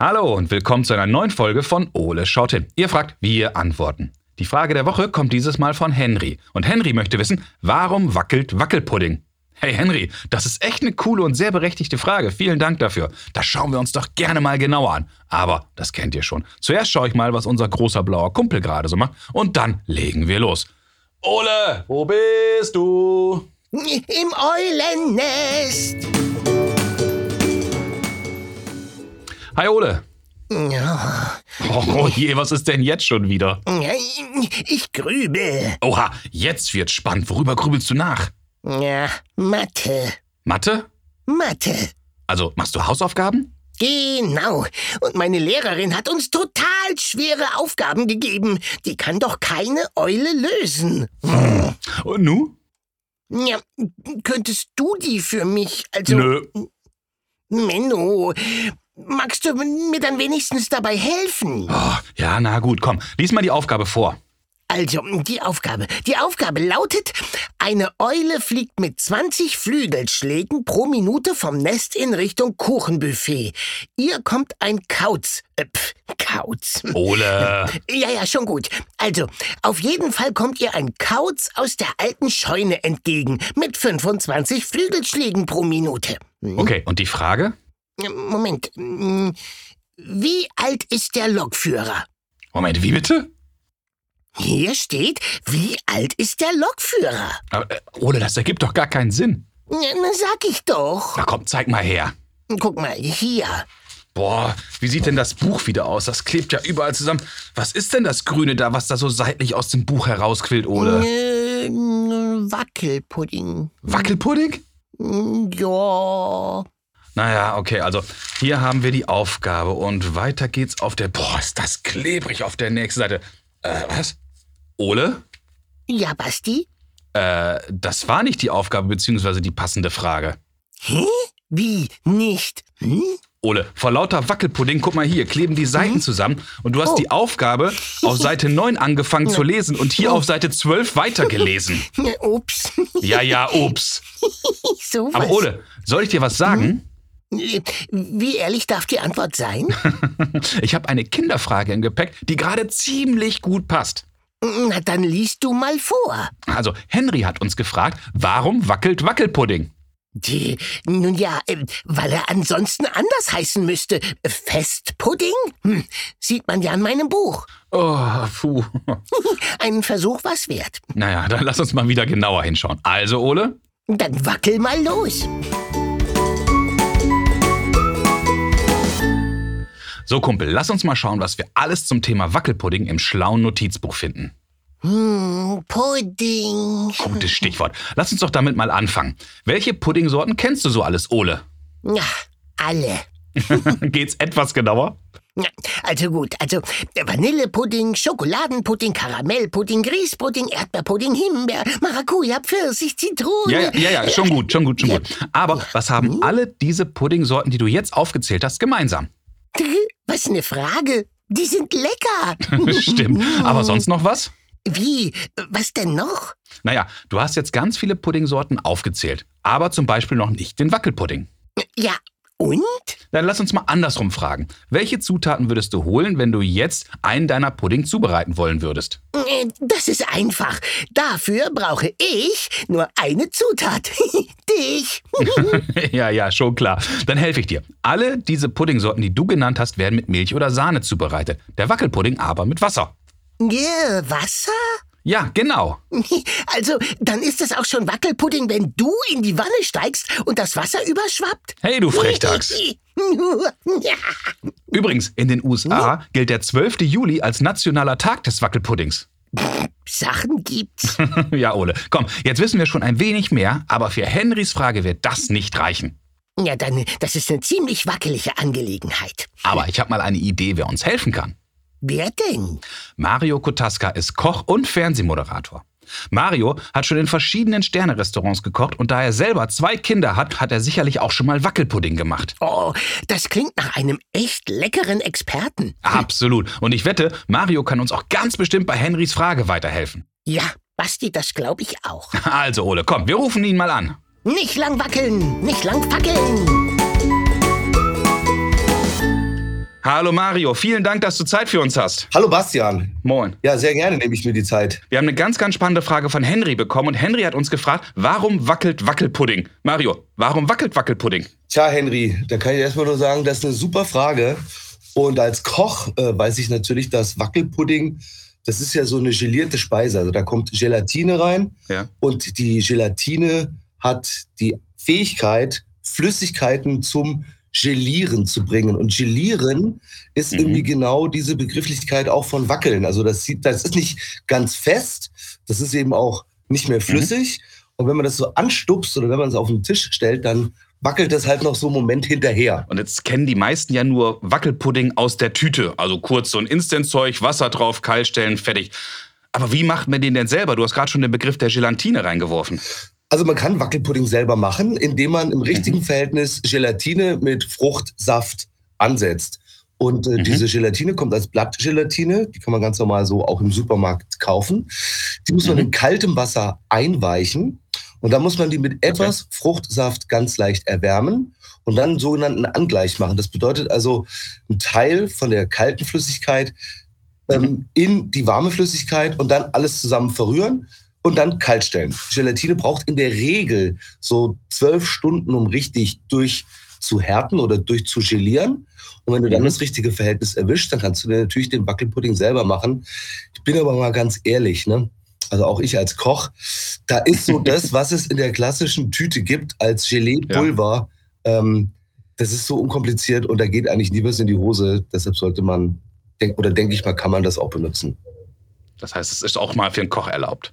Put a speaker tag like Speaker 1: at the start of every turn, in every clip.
Speaker 1: Hallo und willkommen zu einer neuen Folge von Ole schaut hin. Ihr fragt, wir antworten. Die Frage der Woche kommt dieses Mal von Henry. Und Henry möchte wissen, warum wackelt Wackelpudding? Hey Henry, das ist echt eine coole und sehr berechtigte Frage. Vielen Dank dafür. Das schauen wir uns doch gerne mal genauer an. Aber das kennt ihr schon. Zuerst schaue ich mal, was unser großer blauer Kumpel gerade so macht. Und dann legen wir los. Ole, wo bist du?
Speaker 2: Im Eulennest.
Speaker 1: Hi Ole.
Speaker 2: Ja,
Speaker 1: Oh je, was ist denn jetzt schon wieder?
Speaker 2: Ich grübel.
Speaker 1: Oha, jetzt wird's spannend. Worüber grübelst du nach?
Speaker 2: Ja, Mathe.
Speaker 1: Mathe?
Speaker 2: Mathe.
Speaker 1: Also machst du Hausaufgaben?
Speaker 2: Genau. Und meine Lehrerin hat uns total schwere Aufgaben gegeben. Die kann doch keine Eule lösen.
Speaker 1: Und nu?
Speaker 2: Ja, könntest du die für mich? Also,
Speaker 1: Nö.
Speaker 2: Menno, magst du mir dann wenigstens dabei helfen?
Speaker 1: Oh, ja, na gut, komm. Lies mal die Aufgabe vor.
Speaker 2: Also, die Aufgabe. Die Aufgabe lautet, eine Eule fliegt mit 20 Flügelschlägen pro Minute vom Nest in Richtung Kuchenbuffet. Ihr kommt ein Kauz. Äh, pf, Kauz.
Speaker 1: Ole.
Speaker 2: Ja, ja, schon gut. Also, auf jeden Fall kommt ihr ein Kauz aus der alten Scheune entgegen mit 25 Flügelschlägen pro Minute. Hm,
Speaker 1: Okay, und die Frage?
Speaker 2: Moment. Hm, Wie alt ist der Lokführer?
Speaker 1: Moment, wie bitte?
Speaker 2: Hier steht, wie alt ist der Lokführer?
Speaker 1: Aber, äh, Ole, das ergibt doch gar keinen Sinn.
Speaker 2: Ja, Na, sag ich doch.
Speaker 1: Na komm, zeig mal her.
Speaker 2: Guck mal, hier.
Speaker 1: Boah, wie sieht denn das Buch wieder aus? Das klebt ja überall zusammen. Was ist denn das Grüne da, was da so seitlich aus dem Buch herausquillt, Ole?
Speaker 2: Äh, n- Wackelpudding.
Speaker 1: Wackelpudding?
Speaker 2: Mm, Ja.
Speaker 1: Naja, okay, also hier haben wir die Aufgabe und weiter geht's auf der. Boah, ist das klebrig auf der nächsten Seite. Äh, was? Ole?
Speaker 2: Ja, Basti?
Speaker 1: Äh, das war nicht die Aufgabe beziehungsweise die passende Frage.
Speaker 2: Hä? Wie? Nicht? Hm?
Speaker 1: Ole, vor lauter Wackelpudding, guck mal hier, kleben die Seiten zusammen und du hast
Speaker 2: Oh.
Speaker 1: die Aufgabe auf Seite 9 angefangen zu lesen und hier auf Seite 12 weitergelesen.
Speaker 2: Na, Ups.
Speaker 1: Ja, ja, ups.
Speaker 2: so
Speaker 1: Aber Ole, soll ich dir was sagen?
Speaker 2: Wie ehrlich darf die Antwort sein?
Speaker 1: Ich habe eine Kinderfrage im Gepäck, die gerade ziemlich gut passt.
Speaker 2: Na, dann liest du mal vor.
Speaker 1: Also, Henry hat uns gefragt, warum wackelt Wackelpudding?
Speaker 2: Die, nun ja, äh, weil er ansonsten anders heißen müsste. Festpudding? Hm, sieht man ja an meinem Buch.
Speaker 1: Oh, puh.
Speaker 2: Einen Versuch war's wert.
Speaker 1: Naja, dann lass uns mal wieder genauer hinschauen. Also, Ole?
Speaker 2: Dann wackel mal los.
Speaker 1: So, Kumpel, lass uns mal schauen, was wir alles zum Thema Wackelpudding im schlauen Notizbuch finden.
Speaker 2: Hm, Pudding.
Speaker 1: Gutes Stichwort. Lass uns doch damit mal anfangen. Welche Puddingsorten kennst du so alles, Ole?
Speaker 2: Ja, alle.
Speaker 1: Geht's etwas genauer?
Speaker 2: Ja, Also gut, also Vanillepudding, Schokoladenpudding, Karamellpudding, Grießpudding, Erdbeerpudding, Himbeer, Maracuja, Pfirsich, Zitrone.
Speaker 1: Ja, ja, ja, ja, schon gut, schon gut, schon gut. Aber was haben alle diese Puddingsorten, die du jetzt aufgezählt hast, gemeinsam?
Speaker 2: Was eine Frage. Die sind lecker.
Speaker 1: Stimmt. Aber sonst noch was?
Speaker 2: Wie? Was denn noch?
Speaker 1: Naja, du hast jetzt ganz viele Puddingsorten aufgezählt, aber zum Beispiel noch nicht den Wackelpudding.
Speaker 2: Ja, und?
Speaker 1: Dann lass uns mal andersrum fragen. Welche Zutaten würdest du holen, wenn du jetzt einen deiner Pudding zubereiten wollen würdest?
Speaker 2: Äh, Das ist einfach. Dafür brauche ich nur eine Zutat. Dich.
Speaker 1: ja, ja, schon klar. Dann helfe ich dir. Alle diese Puddingsorten, die du genannt hast, werden mit Milch oder Sahne zubereitet. Der Wackelpudding aber mit Wasser.
Speaker 2: Ja, Wasser?
Speaker 1: Ja, genau.
Speaker 2: Also, dann ist es auch schon Wackelpudding, wenn du in die Wanne steigst und das Wasser überschwappt.
Speaker 1: Hey, du Frechdachs.
Speaker 2: Ja.
Speaker 1: Übrigens, in den USA gilt der 12. Juli als nationaler Tag des Wackelpuddings.
Speaker 2: Sachen gibt's.
Speaker 1: ja, Ole. Komm, jetzt wissen wir schon ein wenig mehr, aber für Henrys Frage wird das nicht reichen.
Speaker 2: Ja, dann, das ist eine ziemlich wackelige Angelegenheit.
Speaker 1: Aber ich habe mal eine Idee, wer uns helfen kann.
Speaker 2: Wer denn?
Speaker 1: Mario Kotaska ist Koch und Fernsehmoderator. Mario hat schon in verschiedenen Sternerestaurants gekocht und da er selber zwei Kinder hat, hat er sicherlich auch schon mal Wackelpudding gemacht.
Speaker 2: Oh, das klingt nach einem echt leckeren Experten.
Speaker 1: Absolut. Und ich wette, Mario kann uns auch ganz bestimmt bei Henrys Frage weiterhelfen.
Speaker 2: Ja, Basti, das glaube ich auch.
Speaker 1: Also, Ole, komm, wir rufen ihn mal an.
Speaker 2: Nicht lang wackeln, nicht lang fackeln.
Speaker 1: Hallo Mario, vielen Dank, dass du Zeit für uns hast.
Speaker 3: Hallo Bastian.
Speaker 1: Moin.
Speaker 3: Ja, sehr gerne nehme ich mir die Zeit.
Speaker 1: Wir haben eine ganz, ganz spannende Frage von Henry bekommen und Henry hat uns gefragt, warum wackelt Wackelpudding? Mario, warum wackelt Wackelpudding?
Speaker 3: Tja, Henry, da kann ich erstmal nur sagen, das ist eine super Frage. Und als Koch äh, weiß ich natürlich, dass Wackelpudding, das ist ja so eine gelierte Speise. Also da kommt Gelatine rein
Speaker 1: Ja.
Speaker 3: und die Gelatine hat die Fähigkeit, Flüssigkeiten zum Gelieren zu bringen. Und Gelieren ist
Speaker 1: Mhm.
Speaker 3: irgendwie genau diese Begrifflichkeit auch von Wackeln. Also das, sieht, das ist nicht ganz fest, das ist eben auch nicht mehr flüssig. Und wenn man das so anstupst oder wenn man es auf den Tisch stellt, dann wackelt das halt noch so einen Moment hinterher.
Speaker 1: Und jetzt kennen die meisten ja nur Wackelpudding aus der Tüte. Also kurz so ein Instant-Zeug, Wasser drauf, Keilstellen, fertig. Aber wie macht man den denn selber? Du hast gerade schon den Begriff der Gelatine reingeworfen.
Speaker 3: Also man kann Wackelpudding selber machen, indem man im
Speaker 1: Mhm.
Speaker 3: richtigen Verhältnis Gelatine mit Fruchtsaft ansetzt. Und äh,
Speaker 1: Mhm.
Speaker 3: diese Gelatine kommt als Blattgelatine, die kann man ganz normal so auch im Supermarkt kaufen. Die muss man
Speaker 1: Mhm.
Speaker 3: in kaltem Wasser einweichen und dann muss man die mit etwas Fruchtsaft ganz leicht erwärmen und dann einen sogenannten Angleich machen. Das bedeutet also, ein Teil von der kalten Flüssigkeit
Speaker 1: Mhm.
Speaker 3: ähm, in die warme Flüssigkeit und dann alles zusammen verrühren und dann kalt stellen. Gelatine braucht in der Regel so zwölf Stunden, um richtig durchzuhärten oder durchzugelieren. Und wenn du dann
Speaker 1: Mhm.
Speaker 3: das richtige Verhältnis erwischst, dann kannst du dir natürlich den Wackelpudding selber machen. Ich bin aber mal ganz ehrlich, ne? Also auch ich als Koch, da ist so das, was es in der klassischen Tüte gibt als Gelee-Pulver. Ähm, das ist so unkompliziert und da geht eigentlich nie was in die Hose. Deshalb sollte man, denk, oder denke ich mal, kann man das auch benutzen.
Speaker 1: Das heißt, es ist auch mal für einen Koch erlaubt.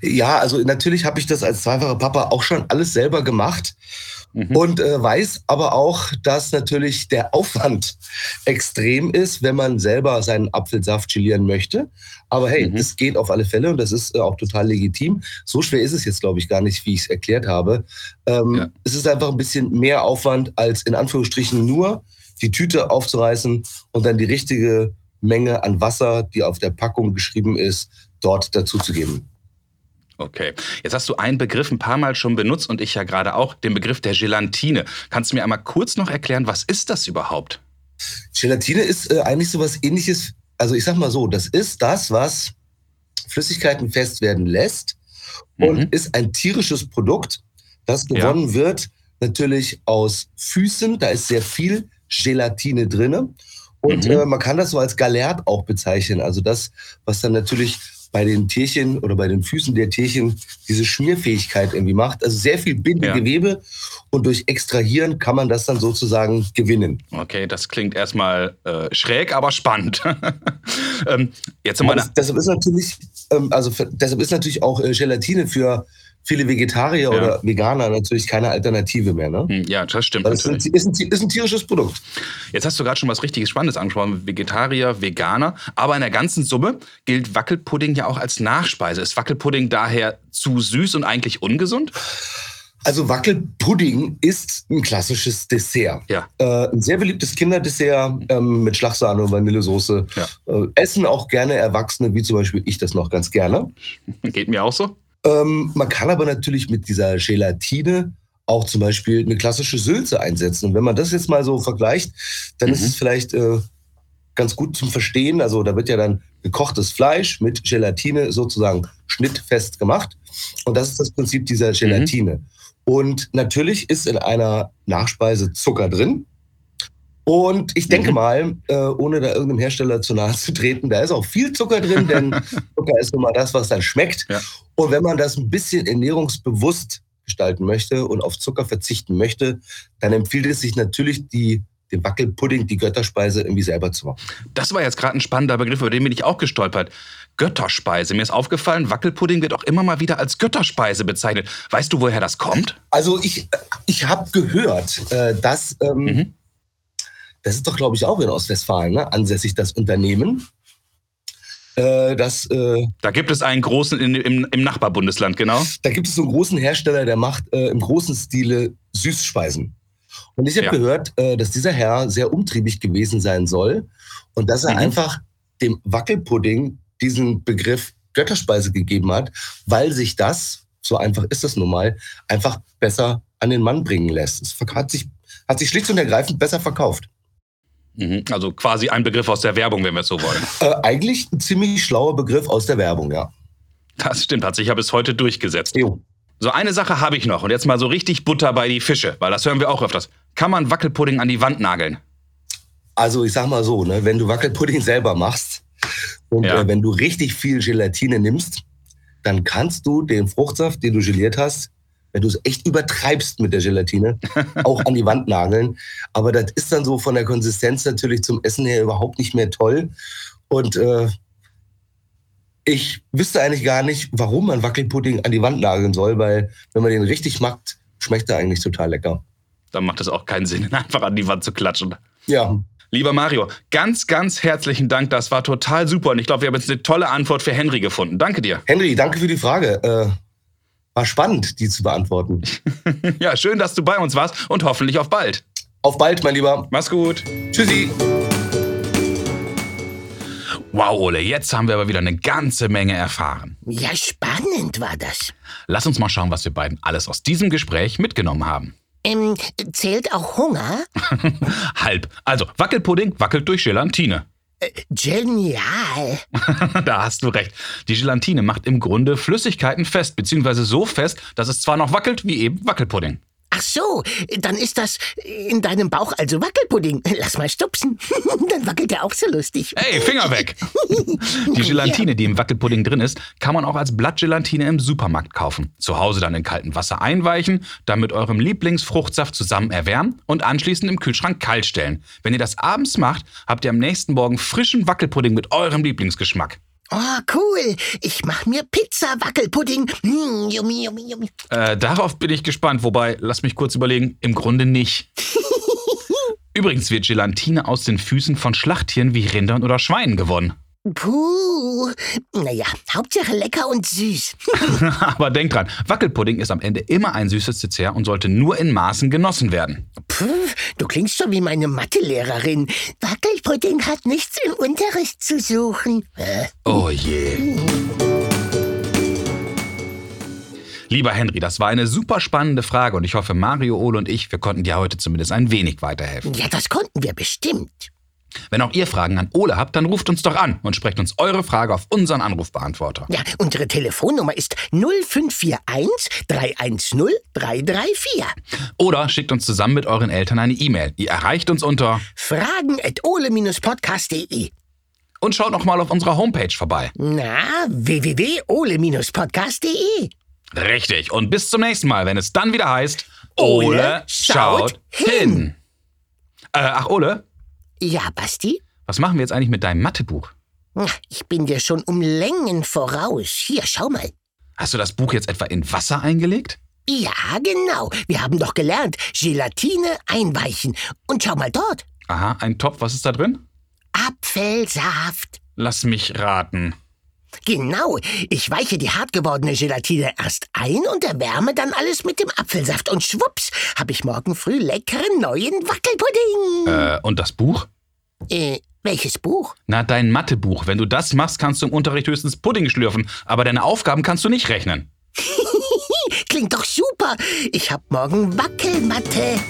Speaker 3: Ja, also natürlich habe ich das als zweifacher Papa auch schon alles selber gemacht
Speaker 1: Mhm.
Speaker 3: und äh, weiß aber auch, dass natürlich der Aufwand extrem ist, wenn man selber seinen Apfelsaft gelieren möchte. Aber hey,
Speaker 1: Mhm.
Speaker 3: es geht auf alle Fälle und das ist äh, auch total legitim. So schwer ist es jetzt, glaube ich, gar nicht, wie ich es erklärt habe. Ähm,
Speaker 1: Ja.
Speaker 3: Es ist einfach ein bisschen mehr Aufwand, als in Anführungsstrichen nur die Tüte aufzureißen und dann die richtige Menge an Wasser, die auf der Packung geschrieben ist, dort dazuzugeben.
Speaker 1: Okay. Jetzt hast du einen Begriff ein paar Mal schon benutzt und ich ja gerade auch, den Begriff der Gelatine. Kannst du mir einmal kurz noch erklären, was ist das überhaupt?
Speaker 3: Gelatine ist äh, eigentlich sowas ähnliches. Also ich sag mal so, das ist das, was Flüssigkeiten fest werden lässt und
Speaker 1: Mhm.
Speaker 3: ist ein tierisches Produkt, das gewonnen wird natürlich aus Füßen. Da ist sehr viel Gelatine drinne und
Speaker 1: Mhm.
Speaker 3: äh, man kann das so als Galert auch bezeichnen. Also das, was dann natürlich bei den Tierchen oder bei den Füßen der Tierchen diese Schmierfähigkeit irgendwie macht. Also sehr viel Bindegewebe und durch Extrahieren kann man das dann sozusagen gewinnen.
Speaker 1: Okay, das klingt erstmal äh, schräg, aber spannend. ähm, jetzt nochmal
Speaker 3: Das, deshalb ist natürlich, ähm, also für, deshalb ist natürlich auch äh, Gelatine für viele
Speaker 1: Ja.
Speaker 3: Vegetarier oder Veganer natürlich keine Alternative mehr. Ne?
Speaker 1: eine. Hm, Ja, das stimmt
Speaker 3: Weil es
Speaker 1: natürlich.
Speaker 3: ist ein, ist, ein, Ti- ist ein tierisches Produkt.
Speaker 1: Jetzt hast du gerade schon was richtiges Spannendes angesprochen, Vegetarier, Veganer. Aber in der ganzen Summe gilt Wackelpudding ja auch als Nachspeise. Ist Wackelpudding daher zu süß und eigentlich ungesund?
Speaker 3: Also Wackelpudding ist ein klassisches Dessert.
Speaker 1: Ja.
Speaker 3: Äh, ein sehr beliebtes Kinderdessert ähm, mit Schlagsahne und Vanillesoße. Äh, essen auch gerne Erwachsene, wie zum Beispiel ich das noch ganz gerne.
Speaker 1: Geht mir auch so?
Speaker 3: Ähm, man kann aber natürlich mit dieser Gelatine auch zum Beispiel eine klassische Sülze einsetzen. Und wenn man das jetzt mal so vergleicht, dann ist
Speaker 1: Mhm.
Speaker 3: es vielleicht äh, ganz gut zum Verstehen. Also da wird ja dann gekochtes Fleisch mit Gelatine sozusagen schnittfest gemacht. Und das ist das Prinzip dieser Gelatine. Und natürlich ist in einer Nachspeise Zucker drin. Und ich denke
Speaker 1: Mhm.
Speaker 3: mal, äh, ohne da irgendeinem Hersteller zu nahe zu treten, da ist auch viel Zucker drin, denn Zucker ist nun mal das, was dann schmeckt.
Speaker 1: Ja.
Speaker 3: Und wenn man das ein bisschen ernährungsbewusst gestalten möchte und auf Zucker verzichten möchte, dann empfiehlt es sich natürlich, die, den Wackelpudding, die Götterspeise irgendwie selber zu machen.
Speaker 1: Das war jetzt gerade ein spannender Begriff, über den bin ich auch gestolpert. Götterspeise. Mir ist aufgefallen, Wackelpudding wird auch immer mal wieder als Götterspeise bezeichnet. Weißt du, woher das kommt?
Speaker 3: Also ich, ich habe gehört, äh, dass, ähm,
Speaker 1: Mhm.
Speaker 3: das ist doch, glaube ich, auch in Ostwestfalen ne? ansässig, das Unternehmen, äh, das äh,
Speaker 1: Da gibt es einen großen in, im, im Nachbarbundesland, genau.
Speaker 3: da gibt es so einen großen Hersteller, der macht äh, im großen Stile Süßspeisen. Und ich habe
Speaker 1: Ja.
Speaker 3: gehört, äh, dass dieser Herr sehr umtriebig gewesen sein soll und dass er
Speaker 1: Mhm.
Speaker 3: einfach dem Wackelpudding diesen Begriff Götterspeise gegeben hat, weil sich das, so einfach ist das nun mal, einfach besser an den Mann bringen lässt. Es verk- hat sich, hat sich schlicht und ergreifend besser verkauft.
Speaker 1: Mhm. Also quasi ein Begriff aus der Werbung, wenn wir es so wollen.
Speaker 3: Äh, eigentlich ein ziemlich schlauer Begriff aus der Werbung, ja.
Speaker 1: Das stimmt, hat sich ja bis heute durchgesetzt.
Speaker 3: Jo.
Speaker 1: So, eine Sache habe ich noch und jetzt mal so richtig Butter bei die Fische, weil das hören wir auch öfters. Kann man Wackelpudding an die Wand nageln?
Speaker 3: Also ich sag mal so, ne, wenn du Wackelpudding selber machst und
Speaker 1: Ja.
Speaker 3: äh, wenn du richtig viel Gelatine nimmst, dann kannst du den Fruchtsaft, den du geliert hast, wenn du es echt übertreibst mit der Gelatine, auch an die Wand nageln. Aber das ist dann so von der Konsistenz natürlich zum Essen her überhaupt nicht mehr toll. Und äh, ich wüsste eigentlich gar nicht, warum man Wackelpudding an die Wand nageln soll, weil wenn man den richtig macht, schmeckt er eigentlich total lecker.
Speaker 1: Dann macht es auch keinen Sinn, einfach an die Wand zu klatschen.
Speaker 3: Ja,
Speaker 1: Lieber Mario, ganz, ganz herzlichen Dank. Das war total super und ich glaube, wir haben jetzt eine tolle Antwort für Henry gefunden. Danke dir.
Speaker 3: Henry, danke für die Frage. Äh, war spannend, die zu beantworten.
Speaker 1: Ja, schön, dass du bei uns warst und hoffentlich auf bald.
Speaker 3: Auf bald, mein Lieber.
Speaker 1: Mach's gut.
Speaker 3: Tschüssi.
Speaker 1: Wow, Ole, jetzt haben wir aber wieder eine ganze Menge erfahren.
Speaker 2: Ja, spannend war das.
Speaker 1: Lass uns mal schauen, was wir beiden alles aus diesem Gespräch mitgenommen haben.
Speaker 2: Ähm, zählt auch Hunger?
Speaker 1: Halb. Also, Wackelpudding wackelt durch Gelatine.
Speaker 2: Genial.
Speaker 1: da hast du recht. Die Gelatine macht im Grunde Flüssigkeiten fest, beziehungsweise so fest, dass es zwar noch wackelt, wie eben Wackelpudding.
Speaker 2: Ach so, dann ist das in deinem Bauch also Wackelpudding. Lass mal stupsen. dann wackelt er auch so lustig.
Speaker 1: Ey, Finger weg! Die Gelatine, die im Wackelpudding drin ist, kann man auch als Blattgelatine im Supermarkt kaufen. Zu Hause dann in kaltem Wasser einweichen, dann mit eurem Lieblingsfruchtsaft zusammen erwärmen und anschließend im Kühlschrank kalt stellen. Wenn ihr das abends macht, habt ihr am nächsten Morgen frischen Wackelpudding mit eurem Lieblingsgeschmack.
Speaker 2: Oh, cool. Ich mach mir Pizza-Wackelpudding. Hm, yummy, yummy, yummy.
Speaker 1: Äh, darauf bin ich gespannt, wobei, lass mich kurz überlegen, im Grunde nicht. Übrigens wird Gelatine aus den Füßen von Schlachttieren wie Rindern oder Schweinen gewonnen.
Speaker 2: Puh. Naja, Hauptsache lecker und süß.
Speaker 1: Aber denkt dran, Wackelpudding ist am Ende immer ein süßes Dessert und sollte nur in Maßen genossen werden.
Speaker 2: Puh, du klingst schon wie meine Mathelehrerin. Wackelpudding hat nichts im Unterricht zu suchen. Äh,
Speaker 1: Oh je. Lieber Henry, das war eine super spannende Frage und ich hoffe, Mario, Ole und ich, wir konnten dir heute zumindest ein wenig weiterhelfen.
Speaker 2: ja, das konnten wir bestimmt.
Speaker 1: Wenn auch ihr Fragen an Ole habt, dann ruft uns doch an und sprecht uns eure Frage auf unseren Anrufbeantworter.
Speaker 2: Ja, unsere Telefonnummer ist 0541 310 334.
Speaker 1: Oder schickt uns zusammen mit euren Eltern eine E-Mail. Ihr erreicht uns unter
Speaker 2: Fragen at ole-podcast.de.
Speaker 1: und schaut nochmal auf unserer Homepage vorbei.
Speaker 2: Na, www.ole-podcast.de.
Speaker 1: Richtig. Und bis zum nächsten Mal, wenn es dann wieder heißt,
Speaker 2: Ole schaut hin.
Speaker 1: Äh, ach, Ole,
Speaker 2: Ja, Basti?
Speaker 1: was machen wir jetzt eigentlich mit deinem Mathebuch?
Speaker 2: Na, Ich bin dir schon um Längen voraus. Hier, schau mal.
Speaker 1: Hast du das Buch jetzt etwa in Wasser eingelegt?
Speaker 2: Ja, genau. Wir haben doch gelernt, Gelatine einweichen. Und schau mal dort.
Speaker 1: Aha, ein Topf, was ist da drin?
Speaker 2: Apfelsaft.
Speaker 1: Lass mich raten.
Speaker 2: Genau. Ich weiche die hart gewordene Gelatine erst ein und erwärme dann alles mit dem Apfelsaft. Und schwupps, habe ich morgen früh leckeren neuen Wackelpudding.
Speaker 1: Äh, und das Buch?
Speaker 2: Äh, welches Buch?
Speaker 1: Na, dein Mathebuch. Wenn du das machst, kannst du im Unterricht höchstens Pudding schlürfen, aber deine Aufgaben kannst du nicht rechnen.
Speaker 2: Klingt doch super. Ich hab morgen Wackelmatte.